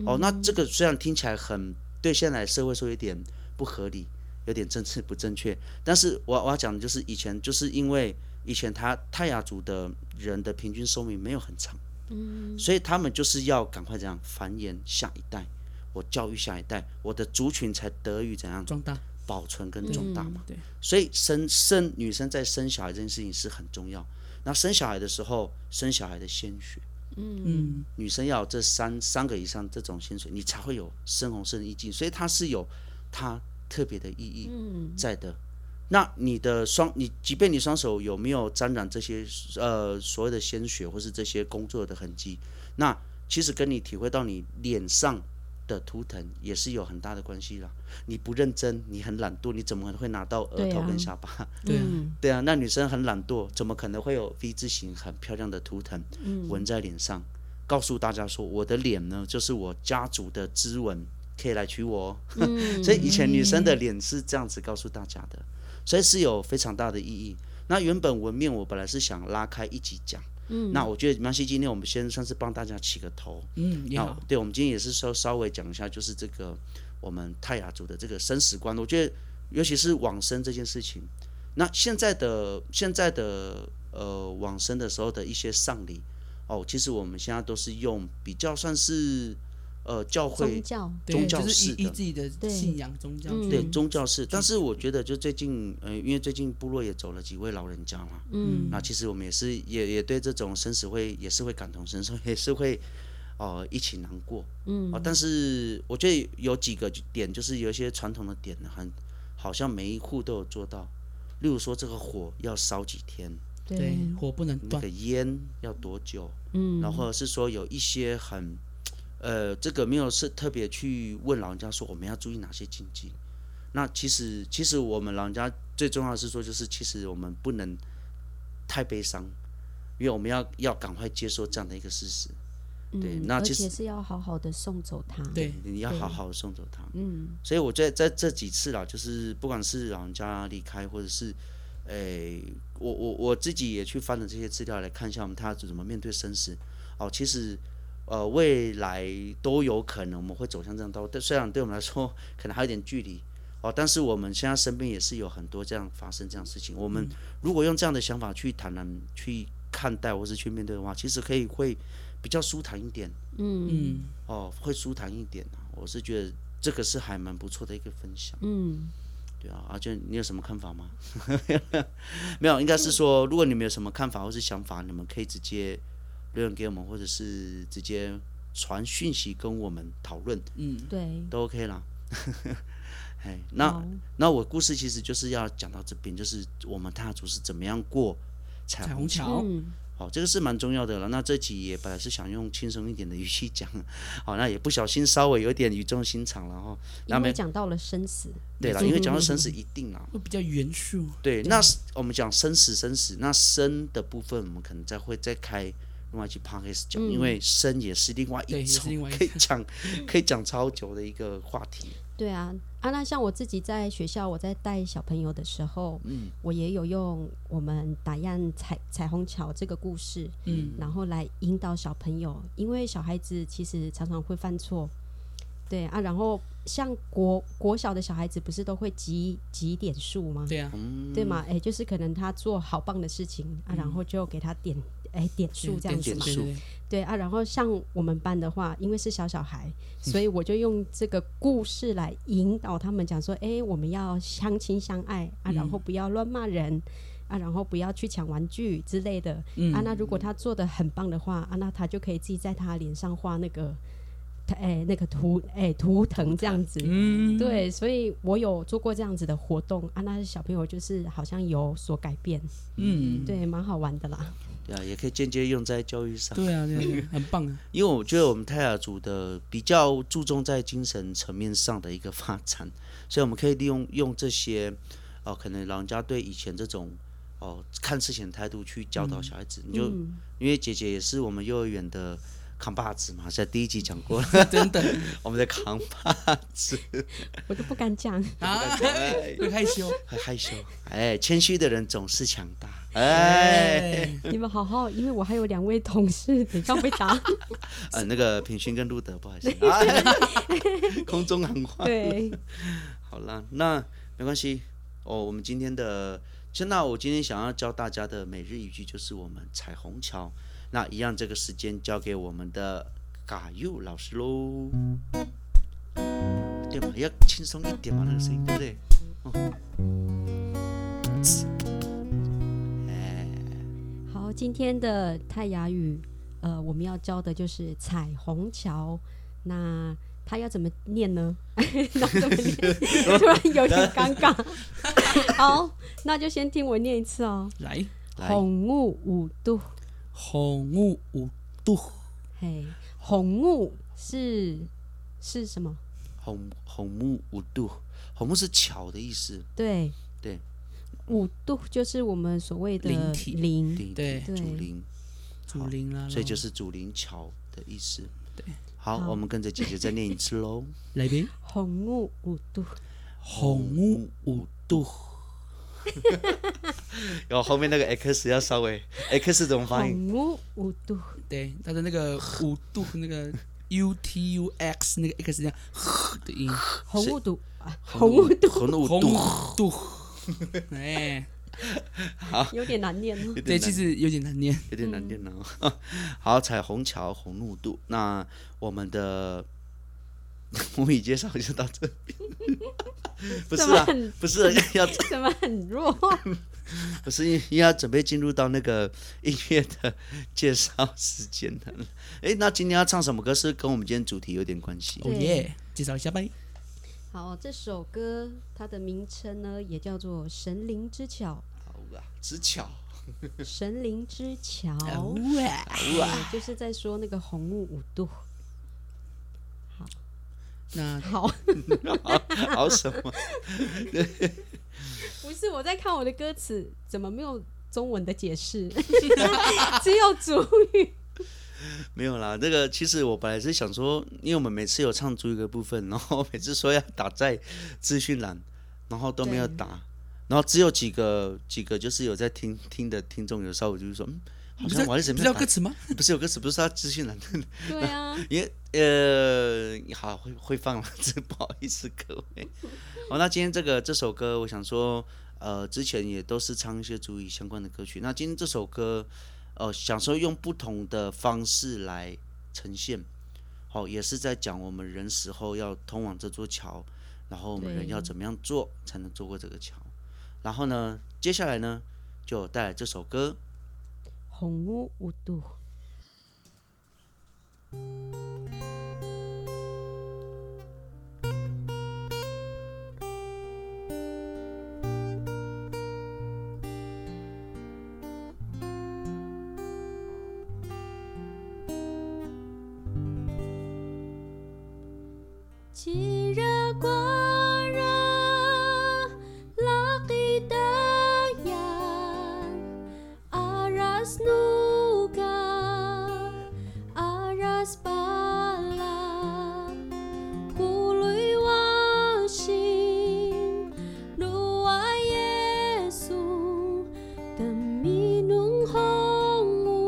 [SPEAKER 1] 哦，那这个虽然听起来很对现在社会说有点不合理，有点政治不正确，但是我我要讲的就是以前就是因为以前他泰雅族的人的平均寿命没有很长，嗯，所以他们就是要赶快怎样繁衍下一代，我教育下一代，我的族群才得以怎样
[SPEAKER 3] 壮大，
[SPEAKER 1] 保存跟壮大嘛。
[SPEAKER 3] 嗯对对
[SPEAKER 1] 所以生生女生在生小孩这件事情是很重要。那生小孩的时候，生小孩的鲜血，
[SPEAKER 3] 嗯，
[SPEAKER 1] 女生要有这三三个以上这种鲜血，你才会有深红色的意境，所以它是有它特别的意义在的。那你的双，你即便你双手有没有沾染这些呃所谓的鲜血，或是这些工作的痕迹，那其实跟你体会到你脸上的图腾也是有很大的关系啦。你不认真，你很懒惰，你怎么会拿到额
[SPEAKER 2] 对
[SPEAKER 1] 头
[SPEAKER 2] 啊
[SPEAKER 1] 跟下巴？
[SPEAKER 3] 对啊，
[SPEAKER 1] 对啊，那女生很懒惰，怎么可能会有 V 字形很漂亮的图腾
[SPEAKER 3] 嗯
[SPEAKER 1] 纹在脸上？告诉大家说，我的脸呢，就是我家族的织纹，可以来娶我哦。
[SPEAKER 2] 嗯
[SPEAKER 1] 所以以前女生的脸是这样子告诉大家的，所以是有非常大的意义。那原本纹面我本来是想拉开一起讲，嗯，那我觉得没关系，今天我们先算是帮大家起个头，
[SPEAKER 3] 嗯，也
[SPEAKER 1] 那
[SPEAKER 3] 好，
[SPEAKER 1] 对，我们今天也是稍稍微讲一下，就是这个我们泰雅族的这个生死观。我觉得，尤其是往生这件事情，那现在的现在的呃往生的时候的一些丧礼哦，其实我们现在都是用比较算是呃教
[SPEAKER 2] 宗
[SPEAKER 1] 会
[SPEAKER 2] 教，
[SPEAKER 3] 对，
[SPEAKER 1] 宗教
[SPEAKER 3] 就是
[SPEAKER 1] 式
[SPEAKER 3] 依依
[SPEAKER 1] 的
[SPEAKER 3] 自己的
[SPEAKER 2] 对
[SPEAKER 3] 信仰宗教
[SPEAKER 2] 嗯
[SPEAKER 3] 去，
[SPEAKER 1] 对宗教式，但是我觉得就最近呃，因为最近部落也走了几位老人家嘛，
[SPEAKER 2] 嗯
[SPEAKER 1] 那其实我们也是也也对这种生死会也是会感同身受，也是会哦、一起难过。
[SPEAKER 2] 嗯
[SPEAKER 1] 啊，但是我觉得有几个点，就是有一些传统的点呢，很好像每一户都有做到。例如说，这个火要烧几天，
[SPEAKER 3] 对
[SPEAKER 2] 对，
[SPEAKER 3] 火不能
[SPEAKER 1] 那
[SPEAKER 3] 断
[SPEAKER 1] 个，烟要多久，
[SPEAKER 2] 嗯，
[SPEAKER 1] 然后或者是说有一些很，呃，这个没有是特别去问老人家说我们要注意哪些禁忌。那其实其实我们老人家最重要的是说，就是其实我们不能太悲伤，因为我们要要赶快接受这样的一个事实。对
[SPEAKER 2] 嗯
[SPEAKER 1] 那
[SPEAKER 2] 而
[SPEAKER 1] 其实
[SPEAKER 2] 且是要好好的送走他，
[SPEAKER 3] 对，
[SPEAKER 1] 你要
[SPEAKER 2] 对
[SPEAKER 1] 好好地送走他。
[SPEAKER 2] 嗯
[SPEAKER 1] 所以我觉得在这几次啦，就是不管是老人家离开，或者是，诶、我我我自己也去翻了这些资料来看一下我们他怎么面对生死。哦，其实，呃，未来都有可能我们会走向这样道路，但虽然对我们来说可能还有点距离。哦，但是我们现在身边也是有很多这样发生这样的事情。我
[SPEAKER 2] 嗯
[SPEAKER 1] 们如果用这样的想法去坦然去看待，或是去面对的话，其实可以会比较舒坦一点。
[SPEAKER 2] 嗯
[SPEAKER 3] 嗯，
[SPEAKER 1] 哦，会舒坦一点啊。我是觉得这个是还蛮不错的一个分享，
[SPEAKER 2] 嗯，
[SPEAKER 1] 对啊。阿娟，你有什么看法吗？ 没有，应该是说，如果你们有什么看法或是想法，你们可以直接留言给我们，或者是直接传讯息跟我们讨论
[SPEAKER 3] 嗯，
[SPEAKER 2] 对，
[SPEAKER 1] 都 OK 啦。 哎，那、
[SPEAKER 2] 好
[SPEAKER 1] 那我故事其实就是要讲到这边，就是我们踏足是怎么样过彩
[SPEAKER 3] 彩
[SPEAKER 1] 虹
[SPEAKER 3] 虹
[SPEAKER 1] 桥。
[SPEAKER 3] 桥，
[SPEAKER 2] 嗯，
[SPEAKER 1] 好，这个是蛮重要的了。那这集也本来是想用轻松一点的语气讲， 好，那也不小心稍微有点语重心长了哈。那
[SPEAKER 2] 因
[SPEAKER 1] 没
[SPEAKER 2] 为讲到了生死，
[SPEAKER 1] 对了，因为讲到生死一定啦，
[SPEAKER 3] 会比较严肃。
[SPEAKER 1] 对，那是我们讲生死生死，那生的部分我们可能再会再开另外一集 podcast 讲，因为生也是另外
[SPEAKER 3] 嗯对
[SPEAKER 1] 一
[SPEAKER 3] 也是
[SPEAKER 1] 种
[SPEAKER 3] 另外一
[SPEAKER 1] 可以讲可以讲超久的一个话 题。
[SPEAKER 2] 对啊，啊，那像我自己在学校，我在带小朋友的时候，嗯，我也有用我们打样彩彩虹桥这个故事，嗯，然后来引导小朋友，因为小孩子其实常常会犯错，对啊，然后像国国小的小孩子不是都会集集点数吗？
[SPEAKER 3] 对啊，
[SPEAKER 1] 嗯
[SPEAKER 2] 对嘛？哎、就是可能他做好棒的事情啊，然后就给他点哎、点
[SPEAKER 3] 嗯
[SPEAKER 2] 数这样子
[SPEAKER 1] 点
[SPEAKER 2] 嘛。
[SPEAKER 1] 数
[SPEAKER 3] 对对对
[SPEAKER 2] 对啊，然后像我们班的话，因为是小小孩，所
[SPEAKER 3] 嗯
[SPEAKER 2] 以我就用这个故事来引导他们讲说，哎、我们要相亲相爱啊，然
[SPEAKER 3] 嗯
[SPEAKER 2] 后不要乱骂人。啊，然后不要去抢玩具之类的、
[SPEAKER 3] 嗯
[SPEAKER 2] 啊。那如果他做的很棒的话，啊，那他就可以自己在他脸上画那个，他哎那个图哎图腾这样子。
[SPEAKER 3] 嗯，
[SPEAKER 2] 对，所以我有做过这样子的活动啊，那小朋友就是好像有所改变，
[SPEAKER 3] 嗯，
[SPEAKER 2] 对，蛮好玩的啦。
[SPEAKER 1] 对啊，也可以间接用在教育上。
[SPEAKER 3] 对啊，对啊对啊，很 棒啊，
[SPEAKER 1] 因为我觉得我们泰雅族的比较注重在精神层面上的一个发展，所以我们可以利用用这些，哦、可能老人家对以前这种哦、看事情的态度去教导小孩子。你就、
[SPEAKER 2] 嗯
[SPEAKER 1] 因为姐姐也是我们幼儿园的扛把子嘛， 在第一集讲过了，
[SPEAKER 3] 等等
[SPEAKER 1] 我们的扛把子，
[SPEAKER 2] 我就不敢讲，
[SPEAKER 3] 啊，
[SPEAKER 1] 哎
[SPEAKER 3] 会害羞，
[SPEAKER 1] 很害羞，哎，谦虚的人总是强大，哎，
[SPEAKER 3] 哎，
[SPEAKER 2] 你们好好，因为我还有两位同事，等一下被 打。
[SPEAKER 1] 呃，那个品勋跟路德，不好意思，哎、空中喊话。
[SPEAKER 2] 对，
[SPEAKER 1] 好啦，那没关系哦。我们今天的，现在我今天想要教大家的每日一句就是我们彩虹桥。那一样，这个时间交给我们的嘎佑老师喽。对嘛，要轻松一点嘛，那个声音，对不对？
[SPEAKER 2] 好，今天的泰雅语，呃，我们要教的就是彩虹桥，那它要怎么念 呢？那怎么念？突然有点尴尬。好，那就先听我念一次哦。
[SPEAKER 3] 来，
[SPEAKER 1] 来
[SPEAKER 2] 红雾五度。
[SPEAKER 3] 红木五度，
[SPEAKER 2] 嘿，红木是是什么？
[SPEAKER 1] 红红木五度，红木是桥的意思，
[SPEAKER 2] 对
[SPEAKER 1] 对，
[SPEAKER 2] 五度就是我们所谓的
[SPEAKER 3] 灵体
[SPEAKER 1] 对
[SPEAKER 2] 灵。
[SPEAKER 3] 对
[SPEAKER 1] 竹
[SPEAKER 2] 对
[SPEAKER 1] 林，
[SPEAKER 3] 祖灵啦，
[SPEAKER 1] 所以就是竹林桥的意思。
[SPEAKER 3] 对，
[SPEAKER 1] 好，我们跟着姐姐再念一次 喽。
[SPEAKER 3] 来宾，
[SPEAKER 2] 红木五度，
[SPEAKER 3] 红木五度，
[SPEAKER 1] 然后后面那个 X 要稍微 X 怎么发
[SPEAKER 2] 红
[SPEAKER 1] 音？
[SPEAKER 2] 木五度，
[SPEAKER 3] 对，它的那个五度 那个 U T U X 那个 X 这样呵的音，
[SPEAKER 2] 红雾度啊，红雾度
[SPEAKER 1] 红木
[SPEAKER 3] 红
[SPEAKER 1] 度。
[SPEAKER 3] 度，哎，
[SPEAKER 2] 有点难念 哦。
[SPEAKER 1] 有点
[SPEAKER 3] 对，
[SPEAKER 1] 难
[SPEAKER 3] 其实有点难念，
[SPEAKER 1] 有点难念哦。好，彩虹桥红怒度，那我们的 母语介绍就到这边。不是
[SPEAKER 2] 怎么
[SPEAKER 1] 啊
[SPEAKER 2] 很，
[SPEAKER 1] 不是要，
[SPEAKER 2] 怎么很弱？
[SPEAKER 1] 不是因为要准备进入到那个音乐的介绍时间了。哎，那今天要唱什么歌是跟我们今天主题有点关系
[SPEAKER 3] 哦耶，介绍一下呗，
[SPEAKER 2] 好，这首歌它的名称呢也叫做《神灵之 桥
[SPEAKER 1] 好啦，之巧，》，
[SPEAKER 2] 神灵之桥，
[SPEAKER 3] 哇，
[SPEAKER 2] 哎就是在说那个红木五度。
[SPEAKER 3] 那
[SPEAKER 2] 好，
[SPEAKER 1] 好什么？
[SPEAKER 2] 不是我在看我的歌词，怎么没有中文的解 释？只有主语。
[SPEAKER 1] 没有啦，这个其实我本来是想说，因为我们每次有唱足一个部分，然后每次说要打在资讯栏，然后都没有
[SPEAKER 2] 对
[SPEAKER 1] 打，然后只有几个几个就是有在听听的听众，有时候我就是说，嗯，好
[SPEAKER 3] 不
[SPEAKER 1] 像
[SPEAKER 3] 是
[SPEAKER 1] 我还是
[SPEAKER 3] 不
[SPEAKER 1] 没
[SPEAKER 3] 是
[SPEAKER 1] 有
[SPEAKER 3] 要
[SPEAKER 1] 打
[SPEAKER 3] 歌，词吗？
[SPEAKER 1] 不是有歌词，不是他资讯栏，
[SPEAKER 2] 对啊，
[SPEAKER 1] 因为呃，好会会放了， 这不好意思各位。好，那今天这个这首歌，我想说，呃，之前也都是唱一些足语相关的歌曲。那今天这首歌，呃，想说用不同的方式来呈现，好、也是在讲我们人死后要通往这座桥，然后我们人
[SPEAKER 2] 对
[SPEAKER 1] 要怎么样做才能坐过这个桥。然后呢，接下来呢，就带来这首歌。
[SPEAKER 2] 红屋五度。 chi ra qua ra la kita yan aras nuka aras pala kuloy wasin nuwa yesu kaminung hongu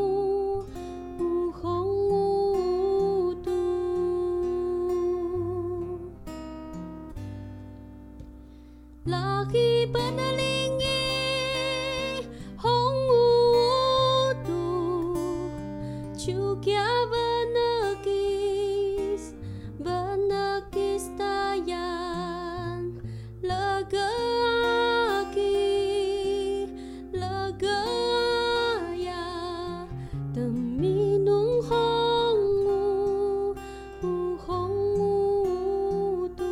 [SPEAKER 2] uhongu tu 拉起本的灵影，风无度，手举本的 kiss，本的 kiss 他yan，拉个阿基，拉个阿呀，的迷弄红雾，雾红雾度。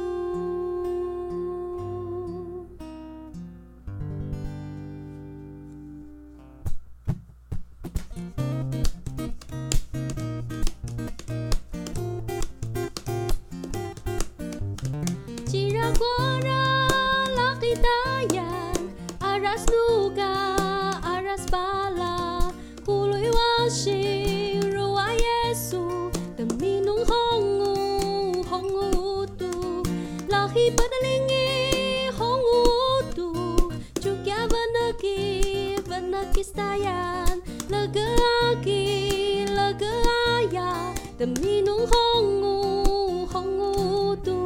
[SPEAKER 2] Chiragwara, lakitayan, aras nuga, aras bala, kuloy washing, ruwa yesu, daminong hongu, hongu utu, lahi padalingi, hongu utu, chukya banaki, banaki stayan, lagaaki, lagaaya, daminong hongu, hongu utu.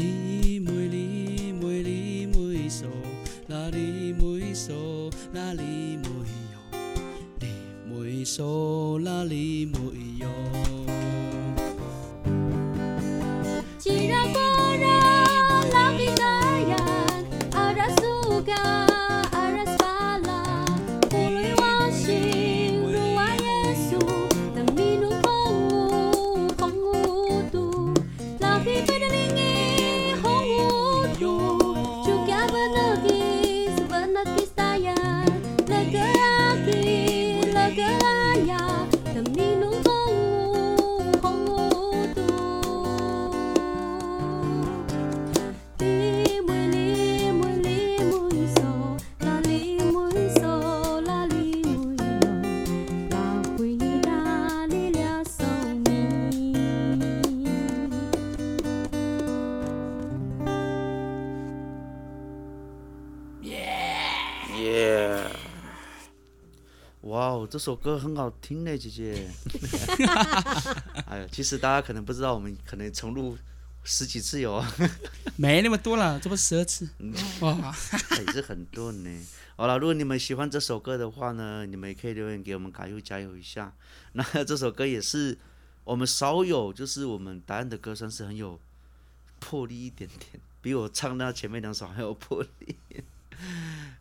[SPEAKER 3] 你妹你妹你妹嗦，那你妹嗦，那你妹哟，你妹嗦，那你妹哟。
[SPEAKER 2] Chiragora, Lapidayan, Arasuga, Araspala, Puri Washing, Rua Yesu, Tamino Hongu, Hongu Utu, Lapi Padalingi, Hongu Utu, Chugya Banagis, Banagis Tayan, Lagaraki, Lagaraya, Tamino Hongu, Hongu Utu. Limoy, limoy, limoy so, lalimoy so, lalimoy yo, lahoy dalila sa mi.
[SPEAKER 1] 耶！哇哦，这首歌很好听呢，姐姐。哎呦，其实大家可能不知道，我们可能重录十几次有啊，
[SPEAKER 3] 没那么多了，这不十二次，哇，
[SPEAKER 1] 也是很多呢。好了，如果你们喜欢这首歌的话呢，你们也可以留言给我们卡又加油一下。 那这首歌也是我们少有，就是我们答案的歌声是很有魄力一点点，比我唱那前面两首还有魄力。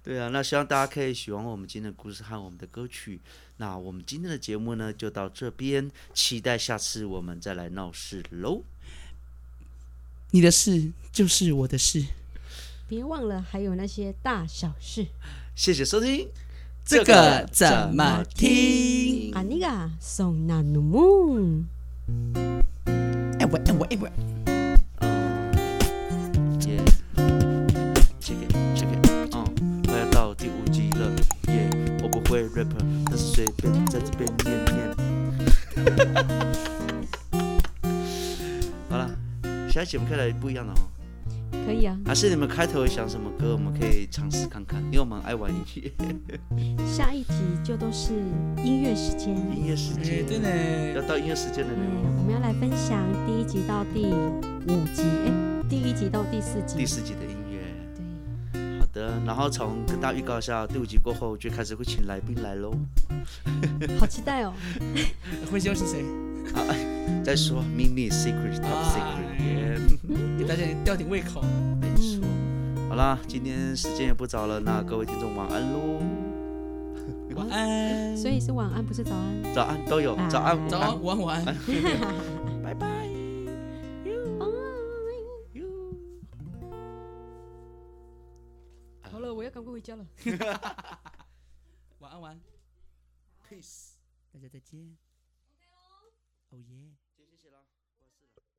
[SPEAKER 1] 对啊，那希望大家可以喜欢我们今天的故事和我们的歌曲。那我们今天的节目呢就到这边，期待下次我们再来闹事喽。
[SPEAKER 3] 你的事就是我的事，
[SPEAKER 2] 别忘了还有那些大小事。
[SPEAKER 1] 谢谢收听，
[SPEAKER 3] 这个怎么听？
[SPEAKER 2] 阿尼嘎送那努木。
[SPEAKER 3] 哎我哎我哎我。
[SPEAKER 1] 耶，check it check it，嗯，快要到第五集了，耶、我不会 rap，但是随便在这边念念。 好了，下一集我们可以来不一样的哦，
[SPEAKER 2] 可以啊，
[SPEAKER 1] 还是你们开头想什么歌，我们可以尝试看看，因为我们爱玩音乐，
[SPEAKER 2] 下一题就都是音乐时间。
[SPEAKER 1] 音乐时
[SPEAKER 3] 哎，
[SPEAKER 1] 间，
[SPEAKER 3] 对呢嗯
[SPEAKER 1] 要，到音乐时间了
[SPEAKER 2] 对，
[SPEAKER 1] 呢，
[SPEAKER 2] 我们要来分享第一集到第五集，哎，第一集到第四集。
[SPEAKER 1] 第四集的音乐。
[SPEAKER 2] 对，
[SPEAKER 1] 好的，然后从跟大家预告一下，第五集过后就开始会请来宾来喽。
[SPEAKER 2] 好期待 哦！
[SPEAKER 3] 会休息谁？
[SPEAKER 1] 再说秘密 secret top
[SPEAKER 3] 啊
[SPEAKER 1] secret，耶、
[SPEAKER 3] 给大家吊点胃口。
[SPEAKER 1] 没
[SPEAKER 2] 嗯
[SPEAKER 1] 错。好啦，今天时间也不早了，那各位听众晚安喽。
[SPEAKER 3] 晚安，
[SPEAKER 2] 所以是晚安，不是早安。
[SPEAKER 1] 早安都有，早安、午
[SPEAKER 3] 早
[SPEAKER 1] 安
[SPEAKER 3] 安、晚安、晚安。
[SPEAKER 1] 拜拜。
[SPEAKER 2] 好了，我要赶快回家了。
[SPEAKER 3] 晚安晚安，peace，大家再见。哦耶。
[SPEAKER 1] 谢谢了，我是了。